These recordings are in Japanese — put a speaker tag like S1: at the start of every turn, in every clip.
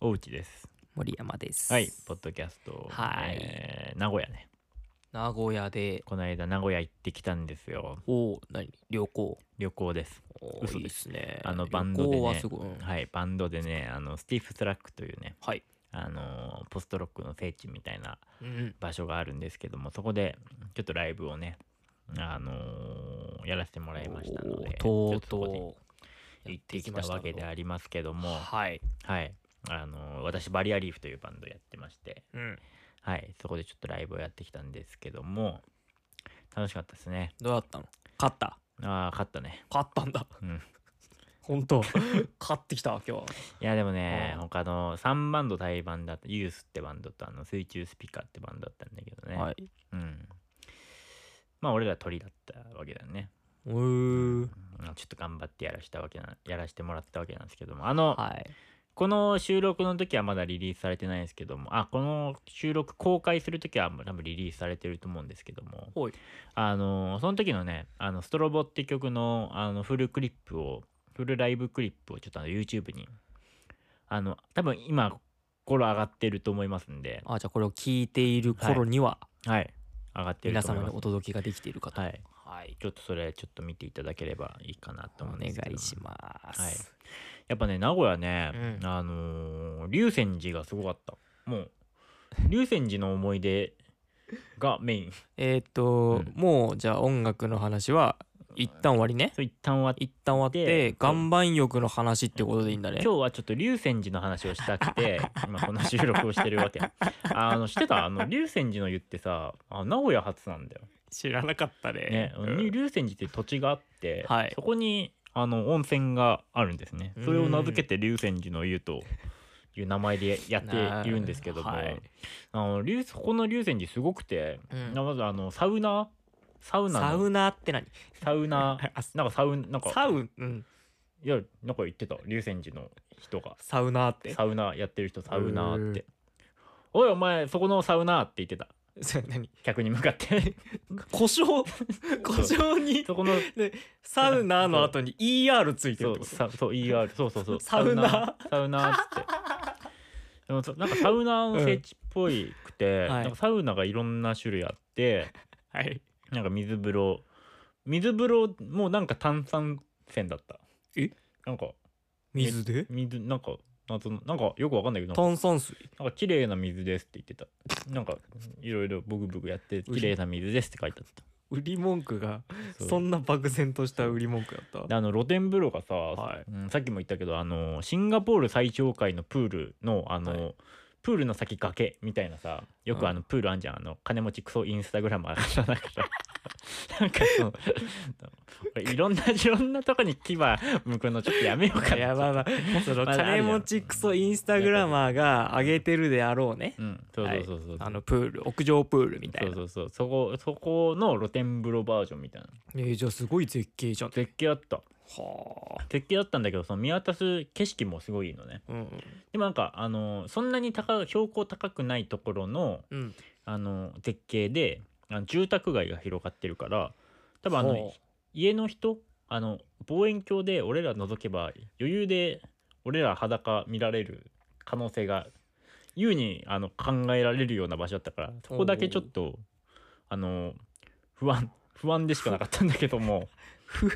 S1: 大内です。
S2: 森山です。
S1: はい、ポッドキャスト。
S2: はい
S1: えー名古屋ね。
S2: 名古屋で、
S1: この間名古屋行ってきたんですよ。
S2: おお、何旅行。
S1: 旅行です。
S2: おー
S1: 嘘
S2: いい
S1: で
S2: ですすね。
S1: あのバンドでね
S2: 旅行はすごい。うん
S1: はい、バンドでね、あのスティーフスラックというね、
S2: はい。
S1: あのーポストロックの聖地みたいな
S2: うん。
S1: 場所があるんですけども、そこでちょっとライブをね、あのーやらせてもらいましたので、
S2: おーとう
S1: ちょっそこと
S2: う。
S1: で行ってきたわけであ
S2: り
S1: りますけども、
S2: はい。
S1: はい、あのー私バリアリーフというバンドやってまして、
S2: うん。
S1: はい、そこでちょっとライブをやってきたんですけども、楽しかったですね。
S2: どうだったの勝った。
S1: ああ、勝ったね。
S2: 勝ったん だ。
S1: うん。
S2: 本当 勝ってきた、今日は。
S1: いや、でもね、
S2: うん
S1: 他の3バンド対バンだった、ユースってバンドと、あの、水中スピカーってバンドだったんだけどね。
S2: はい。
S1: うん。まあ、俺ら鳥だったわけだね。
S2: うー。
S1: うんちょっと頑張ってやらしたわけな、やらしてもらったわけなんですけども、あの、
S2: はい。
S1: この収録の時はまだリリースされてないんですけども、あ、この収録公開する時は多分リリースされてると思うんですけども、
S2: ほい。
S1: あのその時のね、あの、ストロボって曲の、あの、フルクリップを、フルライブクリップをちょっとあの、YouTube に、あの、多分今、頃上がってると思いますんで、
S2: あ、じゃあこれを聞いている頃には、
S1: はい。上がってる
S2: 皆
S1: と思いま
S2: 様に
S1: す
S2: お。届けができているかと。
S1: はい。
S2: はい。
S1: ちょっとそれ、ちょっと見ていただければいいかなと
S2: お
S1: 思うんで
S2: 願
S1: すけど。
S2: いします。
S1: はいやっぱね、名古屋ね、
S2: うん
S1: あのー、竜泉寺がすごかった。もう、竜泉寺の思い出がメイン。
S2: えーっと、
S1: うん
S2: もうじゃあ音楽の話は一旦終わりね。
S1: それ一旦終わって
S2: 一旦終わっ
S1: で
S2: て岩盤浴の話ってことでいいんだね。
S1: 今日はちょっと龍泉寺の話をしたく て今この収録をしてるわけあのしてたあの龍泉寺の湯ってさあ名古屋発なんだよ、
S2: 知らなかった
S1: ね
S2: うん
S1: 龍泉寺って土地があって、
S2: はい
S1: そこにあの温泉があるんですね
S2: うん
S1: それを名付けて龍泉寺の湯という名前でやっているんですけども、
S2: なる
S1: あの龍そこの龍泉寺すごくて、
S2: うん
S1: まずあのサウナサウナ
S2: サ
S1: の
S2: ウナーって何
S1: サウナ
S2: あ
S1: なんかサウなんか
S2: サウ、うん、
S1: いやなんか言ってた龍泉寺の人が
S2: サウナーって。
S1: サウナやってる人サウナーっ
S2: へ
S1: て。おいお前そこのサウナーって言ってた
S2: それ何
S1: 客に向かって
S2: 故障、故障に
S1: そこの
S2: サウナーの後に ER ついて
S1: そ
S2: るって
S1: う
S2: こと
S1: さそう ER そうそうそう
S2: サウナー
S1: サウナーっつ ってでもそなんかサウナーの聖地っぽいくて、
S2: うんはい
S1: なんかサウナがいろんな種類あ って
S2: はい。
S1: なんか水風呂水風呂もなんか炭酸泉だった
S2: え
S1: なんか
S2: 水で
S1: 水なんか謎のなんかよくわかんないけどなんか
S2: 炭酸水。
S1: なんか綺麗な水ですって言ってた。なんかいろいろブクブクやって綺麗な水ですって書いてあった。
S2: 売り文句が、
S1: そう
S2: そんな漠然とした売り文句だっ
S1: で
S2: た。
S1: あの露天風呂がさ、
S2: はい
S1: うんさっきも言ったけどあのシンガポール最上階のプールのあの、
S2: は
S1: プールの先崖みたいなさよ
S2: う
S1: く
S2: ん
S1: あのプールあんじゃん、あの金持ちクソインスタグラマーがさなんか さなんかその俺いろんないろんなとこに牙向くのちょっとやめようかな
S2: やばい やばいその
S1: まだあるやん
S2: 金持ちクソインスタグラマーが上げてるであろうね。
S1: うんそうそうそうそう、
S2: あのプール、屋上プールみたいな
S1: そ。うそうそうそこそこの露天風呂バージョンみたいな
S2: えーじゃあすごい絶景じゃん。
S1: 絶景あった
S2: はあ。
S1: 絶景だったんだけどその見渡す景色もすごいいいのね
S2: うん。
S1: でもなんかあのそんなに高い標高高くないところの
S2: うん。
S1: あの絶景であの住宅街が広がってるから多分あの
S2: ほ
S1: 家の人あの望遠鏡で俺ら覗けば余裕で俺ら裸見られる可能性が優にあの考えられるような場所だったからそこだけちょっとあの不安不安でしかなかったんだけども、
S2: ふ、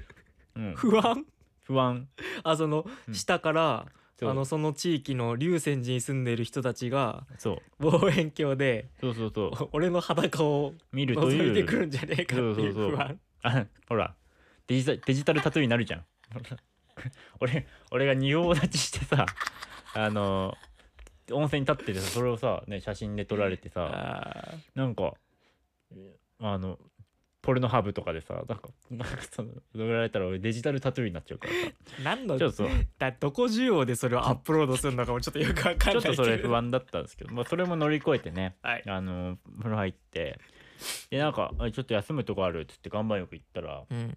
S1: うん、
S2: 不安
S1: 不安
S2: あ、その
S1: う、ん
S2: 下から、
S1: そう
S2: あの、その地域の龍泉寺に住んでいる人たちが、
S1: そう
S2: 望遠鏡で、
S1: そうそうそう
S2: お俺の裸を
S1: 見ると
S2: 覗い
S1: い
S2: てく
S1: う
S2: るんじゃねえかっていう
S1: そうそうそう
S2: 不安。
S1: あほらデジタデジタルタトゥーになるじゃん 俺俺が仁王立ちしてさあの温泉に立っててさそれをさ、ね、写真で撮られてさ
S2: あー
S1: なんかあのポルノハブとかでさなんかなんかその乗られたら俺デジタルタトゥーになっちゃうから さ
S2: 何の
S1: ちょっと
S2: だどこ需要でそれをアップロードするのかもちょっとよくわかん
S1: ち
S2: な
S1: ょ
S2: い
S1: っ
S2: けど
S1: とそれ不安だったんですけど、まあ、それも乗り越えてね、
S2: はい
S1: あの風呂入ってでなんかあちょっと休むとこあるっつって岩盤浴行ったら
S2: うん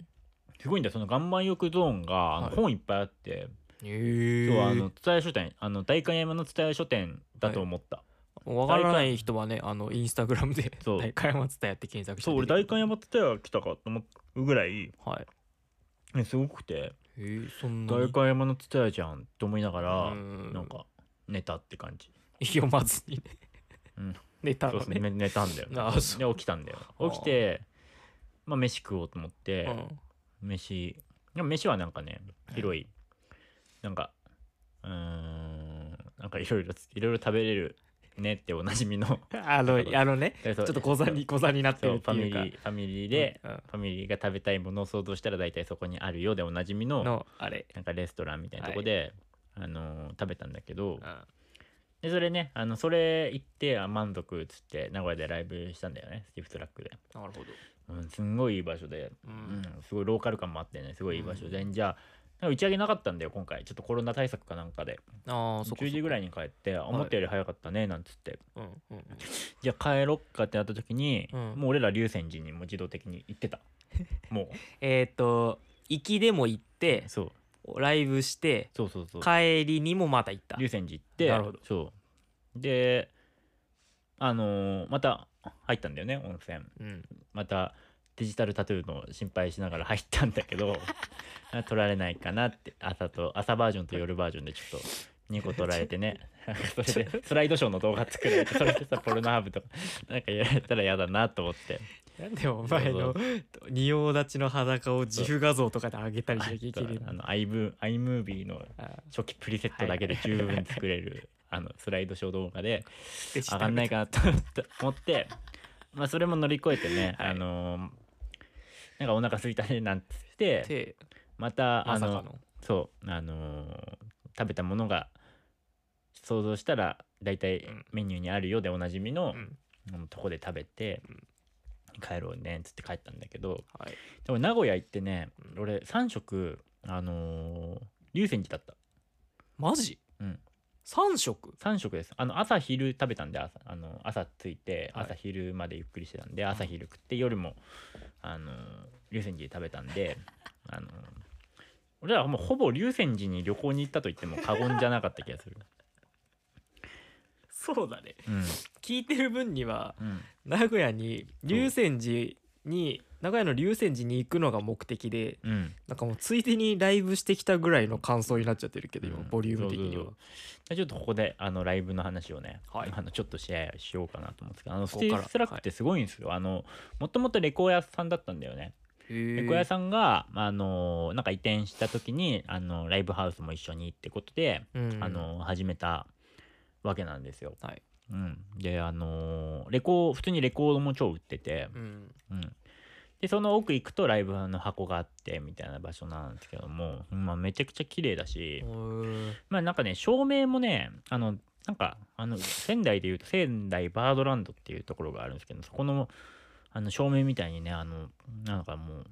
S1: すごいんだよその岩盤浴ゾーンがあの
S2: はい
S1: 本いっぱいあって、
S2: へ
S1: 今日はあ
S2: え
S1: の蔦屋書店あの代官山の蔦屋書店だと思った、
S2: わからない人はねあのインスタグラムで「
S1: そう
S2: 大会松田やって検索して
S1: そう俺
S2: 出て
S1: 代
S2: く
S1: 官
S2: る
S1: 山蔦屋来たかと思うぐらい
S2: はい
S1: ねすごくて
S2: へえそんな
S1: 代
S2: に
S1: 官山の蔦屋じゃんって思いながら、
S2: うん
S1: なんか寝たって感じ、
S2: 読まずにね
S1: うん、
S2: ネタ
S1: そう
S2: の
S1: そう
S2: ね
S1: 寝寝たんだよ
S2: ああそう
S1: で起きたんだよ起きてまあ飯食おうと思って、飯でも飯はなんかね広い、なんかうーんなんかいろいろいろいろ食べれるねっておなじみの
S2: うんあのあのね
S1: ちょ
S2: ちょっと小座に小座になって
S1: そ
S2: るっ
S1: うフ
S2: て
S1: ァミリ
S2: いうか
S1: ーファミリーで、
S2: うん
S1: ファミリーが食べたいものを想像したら大体そこにあるよでおなじみ
S2: う
S1: の
S2: んのあれ
S1: なんかレストランみたいなとこで、あのー食べたんだけど
S2: うん
S1: でそれねあのそれ行ってあ満足っつって名古屋でライブしたんだよねスティーブ・トラックで、
S2: なるほど
S1: うん、すんごいいい場所で、
S2: う
S1: うんん、すごいローカル感もあってねすごいいい場所で、じゃあなんか打ち上げなかったんだよ今回ちょっとコロナ対策かなんかで
S2: ああそこ
S1: 10時ぐらいに帰ってあ思ったより早かったねなんつって、
S2: うんうんうん
S1: じゃあ帰ろっかってなった時に、
S2: うん
S1: もう俺ら龍泉寺にもう自動的に行ってた も
S2: えっと行きでも行っ
S1: う
S2: て
S1: そう
S2: ライブして
S1: そうそうそう
S2: 帰りにもまた行った
S1: 龍泉寺行って
S2: なるほど
S1: そうであのーまた入ったんだよね温泉
S2: うん
S1: またデジタルタトゥーの心配しながら入ったんだけ どあ取られないかなって朝と朝バージョンと夜バージョンでちょっと2個取られてね それでスライドショーの動画作られてそれでさポルノハーブとかなんかやられたら嫌だなと思って
S2: なんでお
S1: 前
S2: 前
S1: の
S2: の仁王立ちの裸を自負画像とかで上げたりしなきゃいけない
S1: あの iMov- iMovie の初期プリセットだけで十分作れるあのスライドショー動画で上がんない
S2: か
S1: かなと思って思って、 まあ、それも乗り越えてね、
S2: はい
S1: あのーなんかお腹空いたねなんつって
S2: て
S1: また
S2: ま
S1: あ
S2: さ
S1: の
S2: かの
S1: そうあのー食べたものが想像したら大体
S2: うん
S1: メニューにあるよでおなじみの
S2: う、ん
S1: うんとこで食べて、帰ろうねっつって帰ったんだけど
S2: はい
S1: でも名古屋行ってね
S2: うん
S1: 俺3食あのー龍泉寺だった
S2: マジ
S1: うん
S2: 三食
S1: 3食ですあの朝昼食べたんで朝あの朝着いて
S2: はい
S1: 朝昼までゆっくりしてたんで、朝昼食って夜もあの龍泉寺で食べたんで あの俺らはもうほぼ龍泉寺に旅行に行ったと言っても過言じゃなかった気がする
S2: そうだね
S1: うん
S2: 聞いてる分には
S1: うん
S2: 名古屋に龍泉寺に名古屋の龍泉寺に行くのが目的で
S1: うん
S2: なんかもうついでにライブしてきたぐらいの感想になっちゃってるけど今
S1: うん
S2: ボリューム的に
S1: そ
S2: は
S1: うそうそうちょっとここであのライブの話をね、
S2: はい
S1: あのちょっとシェアしようかなと思うんですけどあのス
S2: こ
S1: テ
S2: こ
S1: ー
S2: から
S1: ジスラックってすごいんですよ、あのもともとレコー屋さんだったんだよね
S2: へ
S1: レコー屋さんが、あのなんか移転した時にあのライブハウスも一緒にってことで、
S2: うん
S1: あの始めたわけなんですよ、
S2: はい
S1: うん、であのレコー普通にレコードも超売ってて、
S2: うん
S1: うん、でその奥行くとライブの箱があってみたいな場所なんですけども、まあ、めちゃくちゃ綺麗だし、
S2: へ
S1: まあなんかね照明もねあのなんかあの仙台でいうと仙台バードランドっていうところがあるんですけどそこのあの照明みたいにねあのなんかもう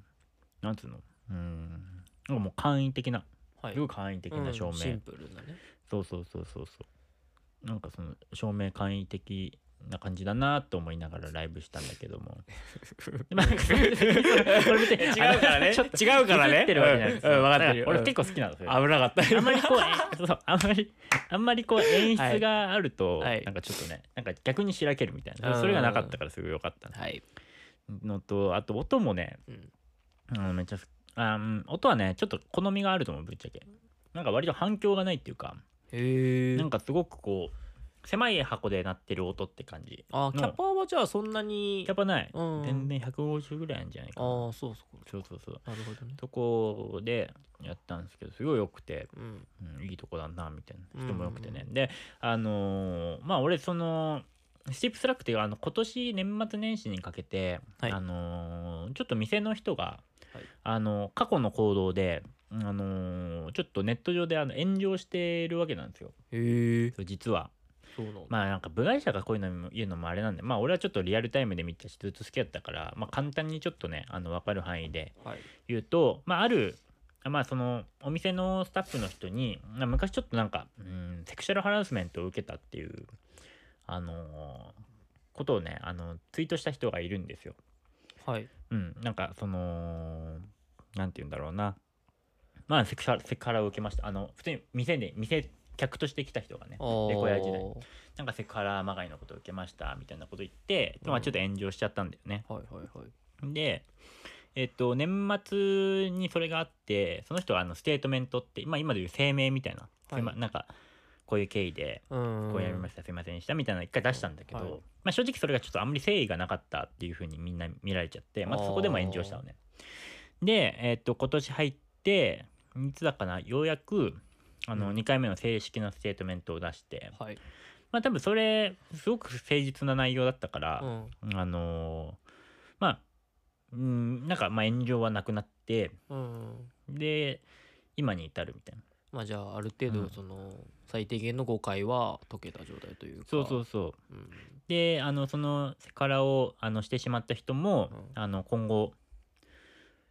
S1: なんつうのうんなんかもう簡易的な
S2: はい
S1: すごい簡易的な照
S2: うん
S1: 明、
S2: シンプルなね
S1: そうそうそうそうそうなんかその照明簡易的な感じだなと思いながらライブしたんだけど もまあなんかそれ別にそれ別に
S2: 違うからね
S1: あのちょっと
S2: 違うからね
S1: ディスってるわけじゃないですよ
S2: うんうんわかってるよ
S1: だら俺
S2: うん
S1: 結構好きなんですよ
S2: 危なかった
S1: あんまりこうえそうそうあんまりあんまりこう演出があると、
S2: はい
S1: なんかちょっとねなんか逆にしらけるみたいな、
S2: うん
S1: それがなかったからすごい良かった
S2: はい
S1: のとあと音もね、
S2: うん
S1: うん、めっちゃ好きあうん音はねちょっと好みがあると思うぶっちゃけなんか割と反響がないっていうか
S2: へえ
S1: なんかすごくこう狭い箱で鳴ってる音って感じ
S2: あ
S1: の
S2: キャパはじゃあそんなに
S1: キャパない、
S2: うん
S1: 全然150ぐらいあるんじゃないかな
S2: ああそうそう
S1: そうそうそう
S2: なるほどね
S1: とこでやったんですけどすごい良くて
S2: うん
S1: うん、いいとこだなみたいな
S2: うん
S1: 人もよくてね、であのーまあ俺そのスティープスラックっていうあの今年年末年始にかけて、
S2: はい
S1: あのーちょっと店の人が、
S2: はい
S1: あの過去の行動で、あのーちょっとネット上であの炎上してるわけなんですよ
S2: へえ
S1: そう実は
S2: そうなんだ
S1: まあなんか部外者がこういうのも言うのもあれなんでまあ俺はちょっとリアルタイムで見たしずっと好きだったから、まあ、簡単にちょっとねあの分かる範囲で
S2: はい
S1: 言うと、まあ、ある、まあ、そのお店のスタッフの人にまあ昔ちょっとなんか、うん、セクシャルハラスメントを受けたっていう、あのーことをねあのツイートした人がいるんですよ。
S2: はい
S1: うん、なんかそのなんて言うんだろうなまあセクシャルセクハラを受けましたあの普通に店で店客として来た人がね
S2: あー
S1: レコヤ時代なんかセクハラまがいのことを受けましたみたいなこと言って、まあ、ちょっと炎上しちゃったんだよね。
S2: はいはいはい
S1: で、えっと、年末にそれがあってその人はあのステートメントって、まあ、今でいう声明みたいな、
S2: はい
S1: まあなんかこういう経緯で
S2: うん
S1: こうやりましたすいませんでしたみたいなの一回出したんだけど、
S2: はい
S1: まあ、正直それがちょっとあんまり誠意がなかったっていうふうにみんな見られちゃって、まあ、そこでも炎上したのね。で、えっと今年入っていつだかなようやくあ
S2: う
S1: の
S2: ん
S1: 2回目の正式なステートメントを出して、
S2: はい
S1: まあ多分それすごく誠実な内容だったから
S2: う、ん
S1: あのーまあうんなんかまあ炎上はなくなって
S2: うん
S1: で今に至るみたいな
S2: まあじゃあある程
S1: うん
S2: 度その最低限の誤解は解けた状態というか
S1: そうそうそう
S2: うん
S1: であのそのセカラをあのしてしまった人も、
S2: う
S1: あの今後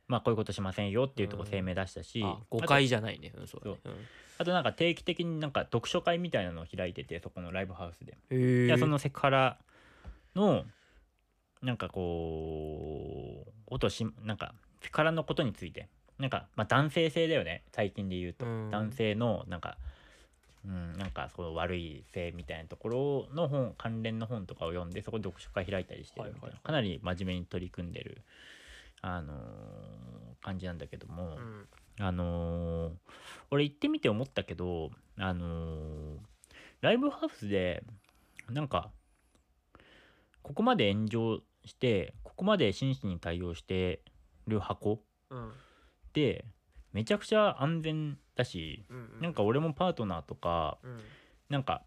S1: まあこういうことしませんよっていうとこ
S2: うん
S1: 声明出したし、
S2: あ誤解じゃないねうんそうだねうん
S1: あとあとなんか定期的になんか読書会みたいなのを開いててそこのライブハウスで、
S2: へえ
S1: いやそのセクハラのなんかこうことしなんかセクハラのことについてなんか、まあ、男性性だよね最近で言うと、
S2: うん
S1: 男性のなんか、うん、なんかその悪い性みたいなところの本関連の本とかを読んでそこで読書会開いたりしてるみたいな、
S2: はいはいはい
S1: かなり真面目に取り組んでる、あのー感じなんだけども。
S2: うん
S1: あのー俺行ってみて思ったけど、あのーライブハウスでなんかここまで炎上してここまで真摯に対応してる箱っ
S2: うん
S1: てめちゃくちゃ安全だし
S2: うん
S1: なんか俺もパートナーとか
S2: うん
S1: なんか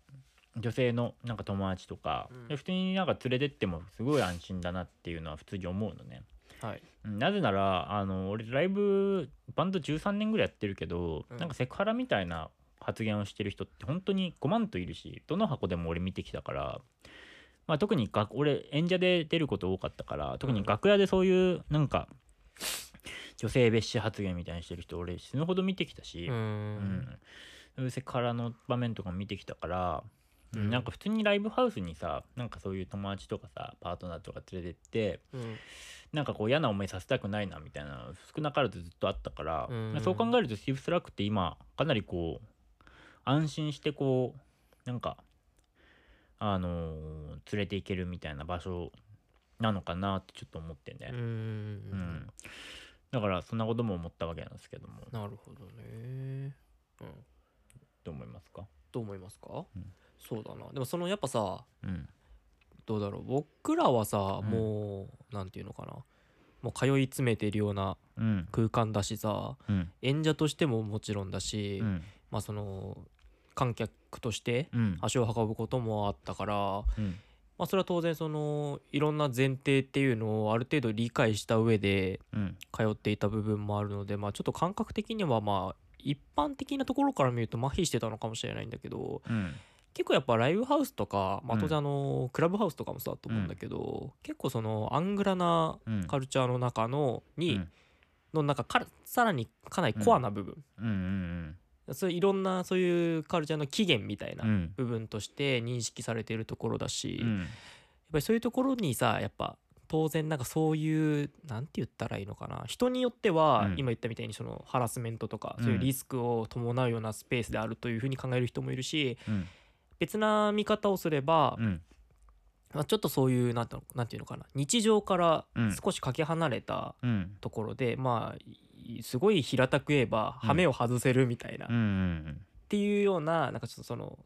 S1: 女性のなんか友達とか、
S2: うん
S1: 普通になんか連れてってもすごい安心だなっていうのは普通に思うのね。
S2: はい
S1: うんなぜならあの俺ライブバンド13年ぐらいやってるけど、
S2: うん
S1: なんかセクハラみたいな発言をしてる人って本当に5万といるしどの箱でも俺見てきたから、まあ、特に楽俺演者で出ること多かったから特に楽屋でそういうなんか女性蔑視発言みたいにしてる人俺死ぬほど見てきたし、
S2: う
S1: うんんそういうセクハラの場面とかも見てきたから、うん
S2: うん
S1: なんか普通にライブハウスにさなんかそういう友達とかさパートナーとか連れてって
S2: うん
S1: なんかこう嫌な思いさせたくないなみたいな少なからずずっとあったから、
S2: うん
S1: まあそう考えるとスティーブ・スラックって今かなりこう安心してこうなんかあのー連れて行けるみたいな場所なのかなってちょっと思って
S2: う
S1: ね、うん
S2: ん
S1: だからそんなことも思ったわけなんですけども
S2: なるほどねうん
S1: どう思いますか、
S2: どう思いますか
S1: うん
S2: そうだなでもそのやっぱさ
S1: うん
S2: どうだろう僕らはさ、
S1: うん
S2: もうなんていうのかなもう通い詰めてるような
S1: うん
S2: 空間だしさ
S1: うん
S2: 演者としてももちろんだし、
S1: うん
S2: まあその観客として
S1: うん
S2: 足を運ぶこともあったから、
S1: うん
S2: まあ、それは当然そのいろんな前提っていうのをある程度理解した上で
S1: うん
S2: 通っていた部分もあるので、まあ、ちょっと感覚的にはまあ一般的なところから見ると麻痺してたのかもしれないんだけど、
S1: うん
S2: 結構やっぱライブハウスとか、まあ、
S1: うん
S2: 当然あのクラブハウスとかもそうだと思うんだけど、結構そのアングラな
S1: うん
S2: カルチャーの中のに、
S1: うん
S2: の中からさらにかなりコアな部分、
S1: うんうん
S2: そういういろんなそういうカルチャーの起源みたい
S1: うんう
S2: なん部分として認識されているところだし、
S1: う
S2: やっ
S1: ん
S2: ぱりそういうところにさやっぱ当然なんかそういうなんて言ったらいいのかな人によっては、
S1: うん
S2: 今言ったみたいにそのハラスメントとか、
S1: うん
S2: そういうリスクを伴うようなスペースであるというふうに考える人もいるし
S1: うん
S2: 別な見方をすれば、
S1: うん
S2: まあ、ちょっとそういうなんていうのなんていうのかな日常から
S1: うん
S2: 少しかけ離れた
S1: うん
S2: ところで、まあいすごい平たく言えば
S1: うん
S2: 羽目を外せるみたいな、
S1: うんう
S2: っ
S1: ん
S2: ていうようななんかちょっとその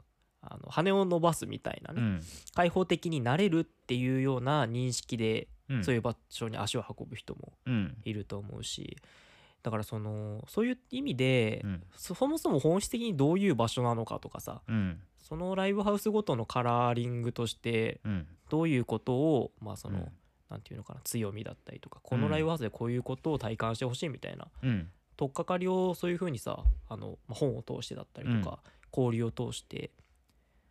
S2: あの羽を伸ばすみたいな
S1: う
S2: ね、
S1: ん
S2: 開放的になれるっていうような認識で、
S1: うん
S2: そういう場所に足を運ぶ人も
S1: うん
S2: いると思うしだからそのそういう意味で、
S1: うん
S2: そそもそも本質的にどういう場所なのかとかさ
S1: うん
S2: そのライブハウスごとのカラーリングとして
S1: うん
S2: どういうことをまあその、
S1: うん
S2: なんていうのかな強みだったりとかこのライブハウスでこういうことを体感してほしいみたいな、
S1: うん
S2: 取っかかりをそういうふうにさあの、まあ、本を通してだったりとか、交流を通して、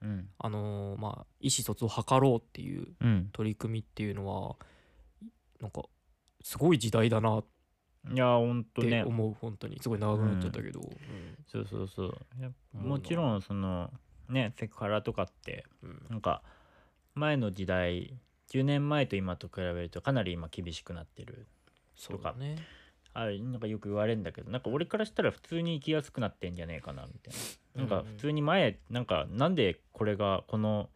S1: うん
S2: あのーまあ、意思疎通を図ろうっていう
S1: うん
S2: 取り組みっていうのはなんかすごい時代だなっ
S1: いやほんと
S2: て
S1: ね
S2: 思う、本当にすごい長くなっちゃったけど、
S1: そうそうそうやっぱ
S2: うん
S1: もちろんそのねセクハラとかって
S2: うん
S1: なんか前の時代10年前と今と比べるとかなり今厳しくなってる
S2: そうだね
S1: あれなんかよく言われるんだけどなんか俺からしたら普通に生きやすくなってんじゃねえかなみたいななん
S2: う
S1: か
S2: ん
S1: 普通に前なんかなんでこれがこの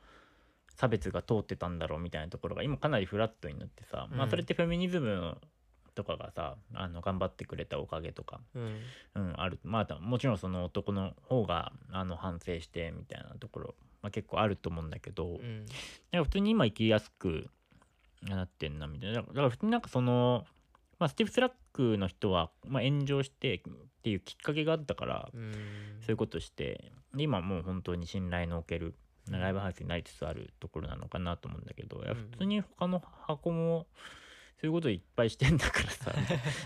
S1: 差別が通ってたんだろうみたいなところが今かなりフラットになってさ、まあ
S2: うん
S1: それってフェミニズムとかがさあの頑張ってくれたおかげとか、
S2: うん
S1: うん、あるまあたもちろんその男の方があの反省してみたいなところ、まあ、結構あると思うんだけど、
S2: うん
S1: なんか普通に今生きやすくなってんなみたいなだからだから普通になんかその、まあ、スティーブ・スラックの人は、まあ、炎上してっていうきっかけがあったから、
S2: うん
S1: そういうことしてで今もう本当に信頼のおけるライブハウスになりつつあるところなのかなと思うんだけど、いや
S2: うんうん
S1: 普通に他の箱もそういうこといっぱいしてんだから さ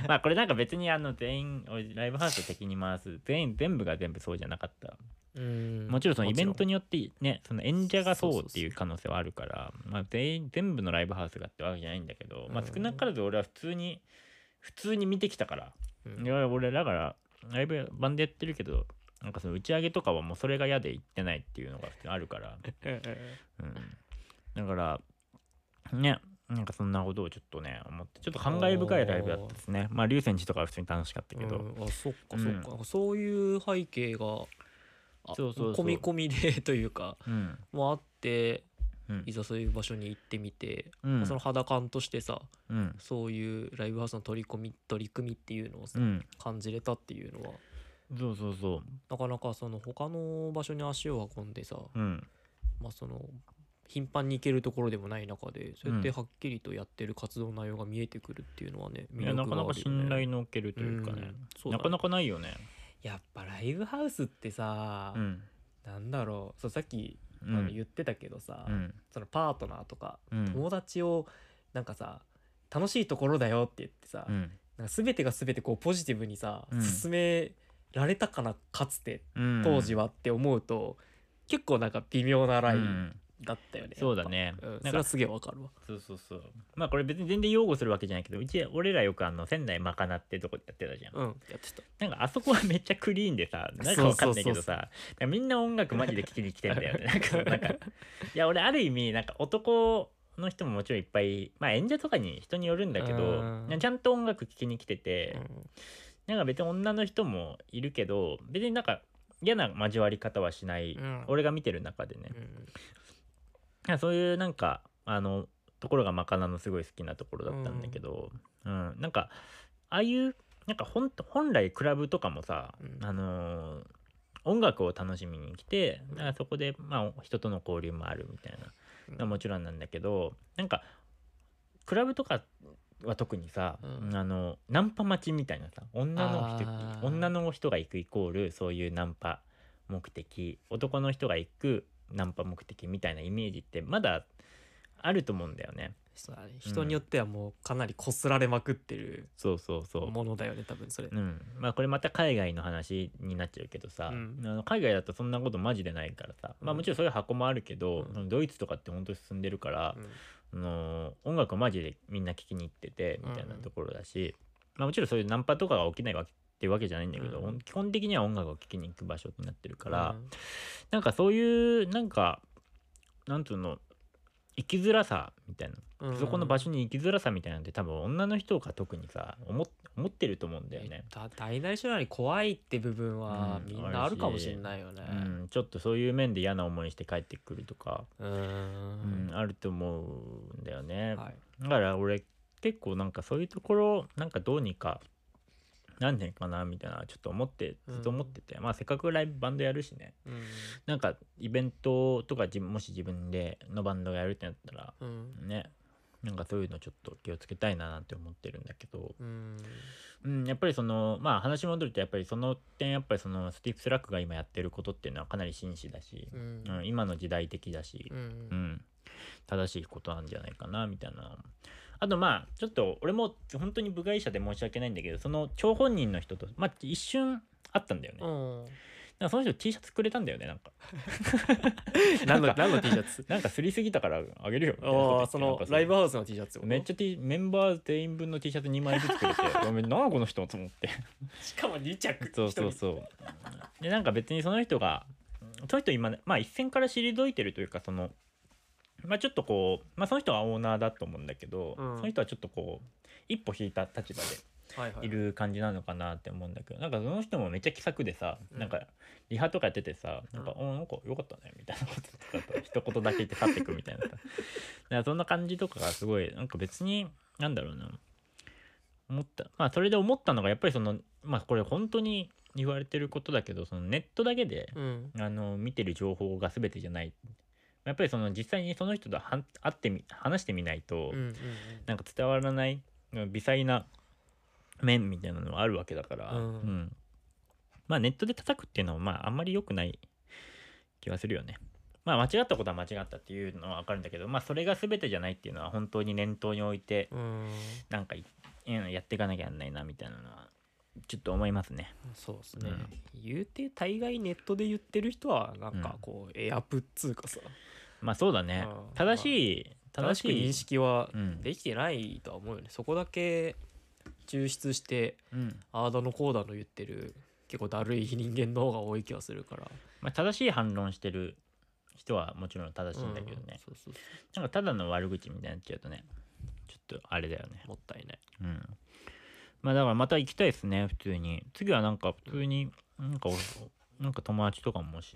S1: まあこれなんか別にあの全員ライブハウスを敵に回す全員全部が全部そうじゃなかった
S2: うん
S1: もちろんそのイベント
S2: に
S1: によってねその演者が
S2: そう
S1: そ
S2: そう
S1: う
S2: そう
S1: っていう可能性はあるからまあ全員全部のライブハウスがってわけじゃないんだけど、まあ
S2: うん
S1: 少なからず俺は普通に普通に見てきたから、いや俺だからライブ版でやってるけどなんかその打ち上げとかはもうそれが嫌で行ってないっていうのが普通にある から、うん、だからねなんかそんなことをちょっとね思ってちょっと感慨深いライブだったですねまあ竜泉寺とかは普通に楽しかったけど、
S2: うんあそっ
S1: う
S2: かそっか
S1: ん
S2: なんかそういう背景があ
S1: そうそうそう
S2: 込み込みでというか
S1: うん
S2: もあって
S1: うん
S2: いざそういう場所に行ってみて、
S1: うん
S2: その肌感としてさ
S1: うん
S2: そういうライブハウスの取り込み取り組みっていうのをさ、
S1: うん
S2: 感じれたっていうのは
S1: そうそうそ
S2: なかなかその他の場所に足を運んでさ、
S1: ううん
S2: まあその頻繁に行けるところでもない中でそうやってはっきりとやってる活動内容が見えてくるっていうのはね
S1: い
S2: 魅
S1: や
S2: 力が
S1: な
S2: ある
S1: かな
S2: よ
S1: か
S2: ね
S1: 信頼のおけるというか
S2: う
S1: ね
S2: んそう
S1: な
S2: だね
S1: かなかないよね
S2: やっぱライブハウスってさ、
S1: うん
S2: なんだろうそうさっきあ
S1: う
S2: の
S1: ん
S2: 言ってたけどさ、
S1: うん
S2: そのパートナーとか
S1: うん
S2: 友達をなんかさ楽しいところだよって言ってさ、
S1: うん
S2: なんか全てが全てこうポジティブにさ、
S1: うん
S2: 進められたかなかつて
S1: うん
S2: 当時はって思うと、結構なんか微妙なライ
S1: う
S2: ン
S1: ん
S2: だったよね、
S1: そうだね
S2: やっぱうんそ
S1: なんか
S2: れはすげえわかるわ
S1: そうそうそうまあこれ別に全然擁護するわけじゃないけどうち俺らよくあの仙台まかなってとこでやってたじゃん、
S2: うんやってた
S1: なんかあそこはめっちゃクリーンで さなんかわかんないけ
S2: そう
S1: ど
S2: そうそうそ
S1: さなんかみんな音楽マジで聴きに来てんだよ ねなんかなんかいや俺ある意味なんか男の人ももちろんいっぱいまあ演者とかに人によるんだけ
S2: うん
S1: どちゃんと音楽聴きに来てて、
S2: うん
S1: なんか別に女の人もいるけど別になんか嫌な交わり方はしない、
S2: うん
S1: 俺が見てる中でね、
S2: うん
S1: いやそういうなんかあのところがマカナのすごい好きなところだったんだけど、うんなんかああいうなんか本本来クラブとかもさ、
S2: うん
S1: あのー音楽を楽しみに来て
S2: うん
S1: なんかそこで、まあ、人との交流もあるみたいな
S2: うん
S1: のはもちろんなんだけどなんかクラブとかは特にさ、
S2: うん
S1: あのナンパ待ちみたいなさ女の
S2: あー
S1: 人女の人が行くイコールそういうナンパ目的男の人が行くナンパ目的みたいなイメージってまだあると思うんだよね。
S2: そうだね人によってはもうかなりこすられまくってる
S1: そうそうそう
S2: ものだよね多分それ、
S1: うん、まあこれまた海外の話になっちゃうけどさ、
S2: うん
S1: あの海外だとそんなことマジでないからさ、ま
S2: う
S1: あ
S2: ん
S1: もちろんそういう箱もあるけど、
S2: うん
S1: そのドイツとかって本当に進んでるから、
S2: うん
S1: あの音楽マジでみんな聴きに行っててみたいな
S2: うん
S1: ところだし、まあ、もちろんそういうナンパとかが起きないわけっていうわけじゃないんだけど、
S2: うん
S1: 基本的には音楽を聴きに行く場所になってるから、
S2: うん
S1: なんかそういうなんかなんつうの生きづらさみたいな
S2: うん
S1: そこの場所に行きづらさみたいなのって多分女の人が特にさ思っ思ってると思うんだよね。
S2: だ大内緒なのに怖いって部分は
S1: うん
S2: みんなあるかもしれないよね。
S1: うん、ちょっとそういう面で嫌な思いして帰ってくるとか、
S2: うー
S1: うん
S2: ん。
S1: あると思うんだよね、
S2: はい。
S1: だから俺結構なんかそういうところなんかどうにかなんねんかなみたいなちょっと思ってずっと思ってて、まあせっかくライブバンドやるしね
S2: うん。
S1: なんかイベントとかじもし自分でのバンドがやるってなったら
S2: うん。
S1: ねなんかそういうのちょっと気をつけたいななんて思ってるんだけど、
S2: うん。
S1: うん、やっぱりそのまあ話戻るとやっぱりその点やっぱりそのスティープ・スラックが今やってることっていうのはかなり紳士だし
S2: う、ん
S1: うん、今の時代的だし
S2: う、。
S1: うんん、正しいことなんじゃないかなみたいなあとまあちょっと俺も本当に部外者で申し訳ないんだけどその張本人の人と、まあ、一瞬会ったんだよね、
S2: う
S1: なん
S2: ん。
S1: かその人 T シャツくれたんだよねなん か
S2: 何
S1: な
S2: の
S1: んか
S2: 何の T シ ャツ
S1: なんかすりすぎたからあげるよみたいなこと
S2: あ
S1: 言
S2: あ、
S1: って
S2: そ
S1: なん
S2: の
S1: か
S2: ライブハウスの T シャツ
S1: めっちゃ、T、メンバー全員分の T シャツ2枚ずつくれてごめんなんだこの人と思って
S2: ゃ、しかも2着。
S1: そうそうそう。でなんか別にその人がその人今、まあ、一線から退いてるというかその、まあ、ちょっとこう、まあ、その人はオーナーだと思うんだけど、
S2: うん
S1: その人はちょっとこう一歩引いた立場
S2: 一人はいは
S1: で
S2: い。
S1: いる感じなのかなって思うんだけどなんかその人もめっちゃ気さくでさ、
S2: うん
S1: なんかリハとかやっててさ「なんか、
S2: う
S1: おなんかよかったね」みたいなこととかさ一言だけ言って去ってくみたい なさなんかそんな感じとかがすごいなんか別になんだろうな思ったまあそれで思ったのがやっぱりそのまあこれ本当に言われてることだけどそのネットだけで
S2: うん
S1: あの見てる情報が全てじゃないやっぱりその実際にその人とはん会ってみ話してみないと、
S2: うんうん
S1: なんか伝わらない微細な面みたいなのはあるわけだから、
S2: うん
S1: まあネットで叩くっていうのはまああんまり良くない気はするよね。まあ間違ったことは間違ったっていうのは分かるんだけどまあそれが全てじゃないっていうのは本当に念頭に置いて
S2: うん
S1: なんかいうんやっていかなきゃなんないなみたいなのはちょっと思いますね。
S2: そうですね、言うて大概ネットで言ってる人はなん
S1: う
S2: か
S1: ん
S2: こうエアプっつうかさ
S1: まあそうだね
S2: うん
S1: 正しい
S2: 正
S1: 正
S2: しく認
S1: しい
S2: 識は
S1: うん
S2: できてないとは思うよねそこだけ抽出して
S1: うん
S2: あーだのこうだの言ってる結構だるい人間の方が多い気がするから
S1: まあ正しい反論してる人はもちろん正しいんだけどね、
S2: うんそうそうそう
S1: なんかただの悪口みたいになっちゃうとねちょっとあれだよね
S2: もったいない
S1: うんまあだからまた行きたいですね普通に次はなんか普通になんかおなんか友達とかももし、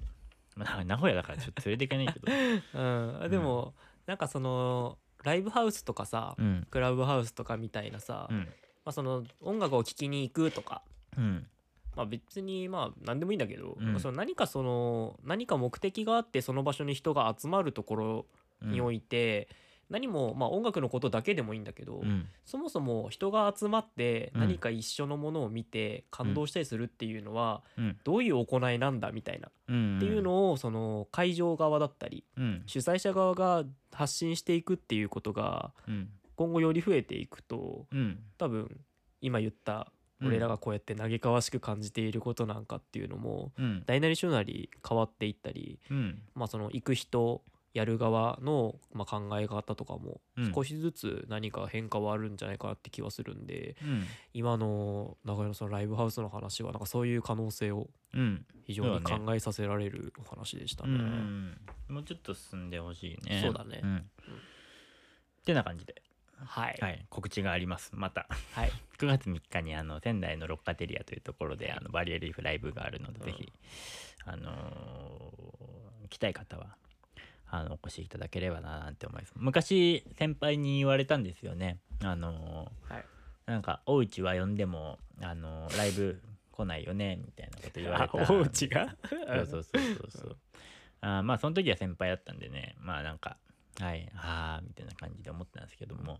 S1: まあ、なんか名古屋だからちょっと連れていけない けど
S2: うんあでも、なんかそのライブハウスとかさ、
S1: うん
S2: クラブハウスとかみたいなさ、
S1: う
S2: ま
S1: ん
S2: あ、その音楽を聴きに行くとか、
S1: うん
S2: まあ、別にまあ何でもいいんだけど、
S1: うん
S2: まあその何かその何か目的があってその場所に人が集まるところ
S1: うん
S2: において、何もまあ音楽のことだけでもいいんだけど、
S1: うん
S2: そもそも人が集まって
S1: うん
S2: 何か一緒のものを見て感動したりするっていうのは
S1: うん
S2: どういう行いなんだみたいな、
S1: うん
S2: っていうのをその会場側だったり
S1: うん
S2: 主催者側が発信していくっていうことが
S1: うん
S2: 今後より増えていくと
S1: うん
S2: 多分今言った
S1: うん
S2: 俺らがこうやって嘆かわしく感じていることなんかっていうのも
S1: うん
S2: 大なり小なり変わっていったり、
S1: うん
S2: まあ、その行く人やる側のまあ考え方とかも
S1: うん
S2: 少しずつ何か変化はあるんじゃないかなって気はするんで
S1: うん
S2: 今の中山さんのライブハウスの話はなんかそういう可能性を
S1: うん
S2: 非常に
S1: そうだ
S2: 考
S1: ね
S2: えさせられるお話でした
S1: うんう
S2: ね。
S1: んもうちょっと進んでほしいね
S2: そうだね
S1: んってな感じで
S2: はい、
S1: はい、告知がありますまた
S2: はい
S1: 9月3日にあの仙台のロッカテリアというところであのバリアリーフライブがあるので、
S2: うん
S1: ぜひあのー来たい方はあのお越しいただければななんて思います昔先輩に言われたんですよねあのー
S2: はい
S1: なんか「大内は呼んでも、あのーライブ来ないよね」みたいなこと言われ
S2: あ
S1: た
S2: お家 が
S1: そうそうそうそうそうあーまあその時は先輩だったんでねまあなんかはいああみたいな感じで思ってたんですけども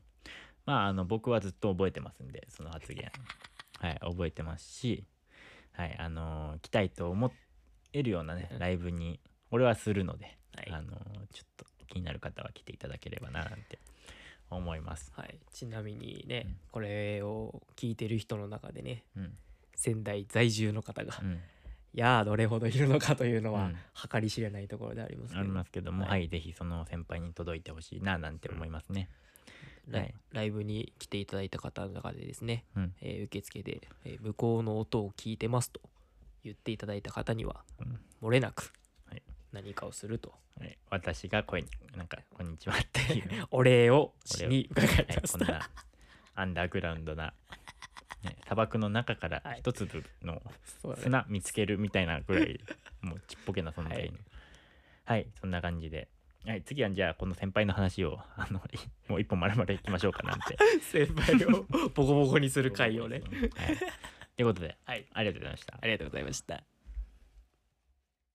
S1: まああの僕はずっと覚えてますんでその発言はい覚えてますしはいあのー来たいと思えるようなね
S2: うん
S1: ライブに俺はするので、
S2: はい
S1: あのーちょっと気になる方は来ていただければななんて思います
S2: はい、ちなみに
S1: う
S2: ね
S1: ん、
S2: これを聞いてる人の中でね、
S1: うん
S2: 仙台在住の方が、
S1: う
S2: い
S1: ん
S2: やー、どれほどいるのかというの
S1: う
S2: は
S1: ん、
S2: 計り知れないところでありますけ
S1: あ
S2: ど、
S1: りますけども
S2: は
S1: はいい、ぜひその先輩に届いてほしいななんて思いますね、
S2: ライ
S1: はい
S2: ライブに来ていただいた方の中でですね、
S1: うん
S2: えー受付で、えー向こうの音を聞いてますと言っていただいた方には、
S1: うん
S2: 漏れなく
S1: はい
S2: 何かをすると、
S1: はい、私が声になんか「こんにちは」っていう
S2: お礼をし
S1: 俺を
S2: に伺い
S1: はい
S2: ま
S1: こ
S2: し
S1: ん
S2: た。
S1: なアンダーグラウンドな、ね、砂漠の中から
S2: はい
S1: 一粒の
S2: そうだね
S1: 砂見つけるみたいなぐら いもうちっぽけな存在のは
S2: はいい、
S1: そんな感じで、はい、次はじゃあこの先輩の話をあの いもう一本まるまるいきましょうかなん て
S2: 先輩 をボコボコにする回をね。
S1: はい、ということで
S2: はい、
S1: ありがとうございました
S2: ありがとうございました。